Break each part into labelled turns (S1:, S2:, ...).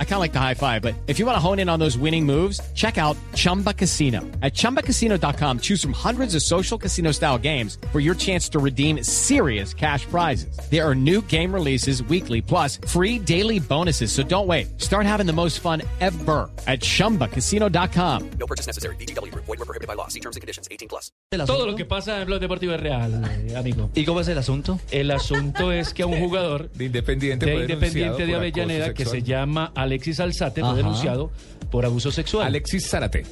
S1: I kind of like the high five, but if you want to hone in on those winning moves, check out Chumba Casino. At chumbacasino.com, choose from hundreds of social casino style games for your chance to redeem serious cash prizes. There are new game releases weekly, plus free daily bonuses. So don't wait. Start having the most fun ever at chumbacasino.com.
S2: No purchase necessary. BGW. Void were prohibited by law. See terms and conditions. 18 plus.
S3: el
S4: Todo
S3: asunto?
S4: lo que pasa en Blog Deportivo es real, eh, amigo.
S3: ¿Y cómo es el asunto?
S4: El asunto es que a un jugador
S5: De
S4: de
S5: Independiente. fue denunciado
S4: Independiente de
S5: por acoso
S4: Avellaneda que se
S5: sexual.
S4: llama Alexis Alzate fue
S3: Ajá.
S4: denunciado por abuso sexual.
S5: Alexis Zárate.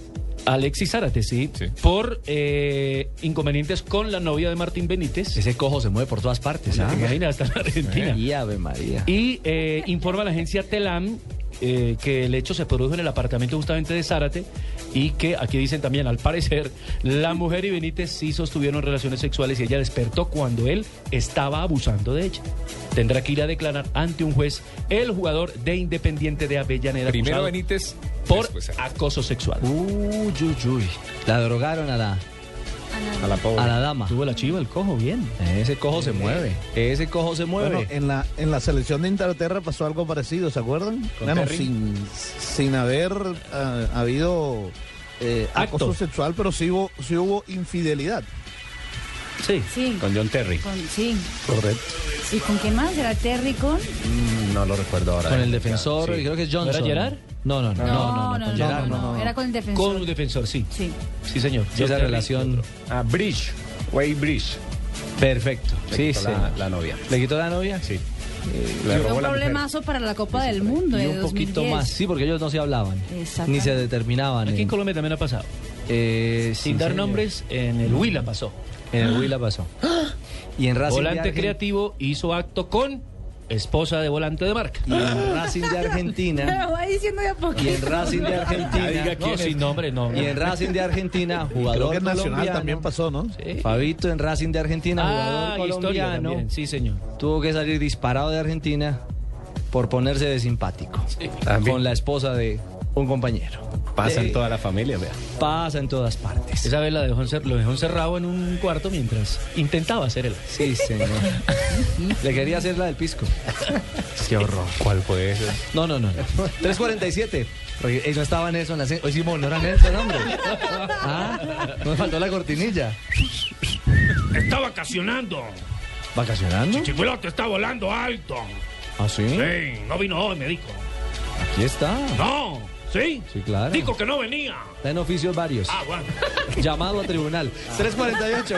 S4: Alexis Zárate, sí,
S5: Sí.
S4: por eh, inconvenientes con la novia de Martín Benítez.
S3: Ese cojo se mueve por todas partes. ¿ah?
S4: ¿Te imaginas? Hasta en
S5: Eh,
S4: Argentina.
S3: Y Ave María.
S4: Y eh, informa la agencia Telam eh, que el hecho se produjo en el apartamento justamente de Zárate y que aquí dicen también, al parecer, la mujer y Benítez sí sostuvieron relaciones sexuales y ella despertó cuando él estaba abusando de ella. Tendrá que ir a declarar ante un juez el jugador de Independiente de Avellaneda.
S5: Primero
S4: acusado
S5: Benítez.
S4: Por
S5: después Zárate.
S4: acoso sexual.
S3: Uy, uy, uy. La drogaron a la,
S5: a la pobre.
S3: a la dama.
S4: Tuvo la chiva, el cojo, bien.
S3: Ese cojo se mueve. Ese cojo se
S6: Bueno,
S4: eh,
S3: mueve.
S6: en la, en la selección de Inglaterra pasó algo parecido, ¿se acuerdan?
S5: ¿Con
S6: Bueno,
S5: Terry?
S6: sin, sin haber ah, habido eh,
S4: Acto.
S6: acoso sexual, pero sí hubo, sí hubo infidelidad.
S4: Sí.
S7: Sí,
S5: Con John Terry.
S7: con, sí.
S6: Correcto.
S7: ¿Y con qué más? ¿Era Terry con?
S5: No lo recuerdo ahora.
S3: Con el defensor,
S5: Sí.
S3: creo que es Johnson.
S4: ¿No era Gerard?
S3: No, no, no.
S7: No, no,
S3: con
S7: no,
S3: Gerard,
S7: no, no. Era con el defensor.
S4: Con un defensor, sí.
S7: Sí.
S4: Sí, señor.
S3: Sí, esa relación.
S5: Ah, Bridge. Way Bridge.
S3: Perfecto.
S5: Le
S3: Sí,
S5: quitó
S3: sí.
S5: La, la novia.
S3: ¿Le quitó la novia?
S5: Sí.
S7: Fue
S5: Le robó
S7: un
S5: la mujer.
S7: problemazo para la Copa del Mundo
S3: Y
S7: de
S3: un poquito
S7: 2010.
S3: más. Sí, porque ellos no se hablaban.
S7: Exactamente.
S3: Ni se determinaban.
S4: Aquí en
S3: en-
S4: Colombia también ha pasado.
S3: eh,
S4: Sin
S3: sí,
S4: dar
S3: señor.
S4: nombres, en el Huila pasó.
S3: En el Huila pasó. Y en Racing de
S4: Volante
S3: Argen-
S4: creativo hizo acto con esposa de volante de marca.
S3: Y en Racing de Argentina.
S7: Pero voy diciendo de a poquito.
S3: Y en Racing de Argentina.
S4: No, sin nombre, no.
S3: Y en Racing de Argentina,
S6: Creo
S3: jugador
S6: que en Nacional
S3: colombiano.
S6: también pasó, ¿no?
S4: Sí.
S3: Fabito en Racing de Argentina,
S4: Ah,
S3: jugador
S4: historia
S3: colombiano.
S4: también, sí, señor.
S3: Tuvo que salir disparado de Argentina por ponerse de simpático.
S5: También.
S3: Con la esposa de un compañero.
S5: Pasa
S3: Sí.
S5: en toda la familia, vea.
S3: Pasa en todas partes.
S4: Esa vez la dejó encer- lo dejó encerrado en un cuarto mientras intentaba hacer el...
S3: Sí, señor. Le quería hacer la del pisco.
S5: Qué horror. ¿Cuál fue ese?
S3: No, no, no. no. 347. Re- eh, No estaba Nelson. la se- Hoy sí, mo- no era Nelson, hombre. Ah, nos faltó la cortinilla.
S8: Está vacacionando.
S3: ¿Vacacionando?
S8: Chiquilote está volando alto.
S3: ¿Ah, sí?
S8: Sí, no vino hoy, me dijo.
S3: Aquí está.
S8: No, ¿sí?
S3: Sí, claro.
S8: Dijo que no venía.
S3: Está en oficios
S5: Ah.
S3: varios.
S8: Ah, bueno.
S3: Llamado a tribunal. 348.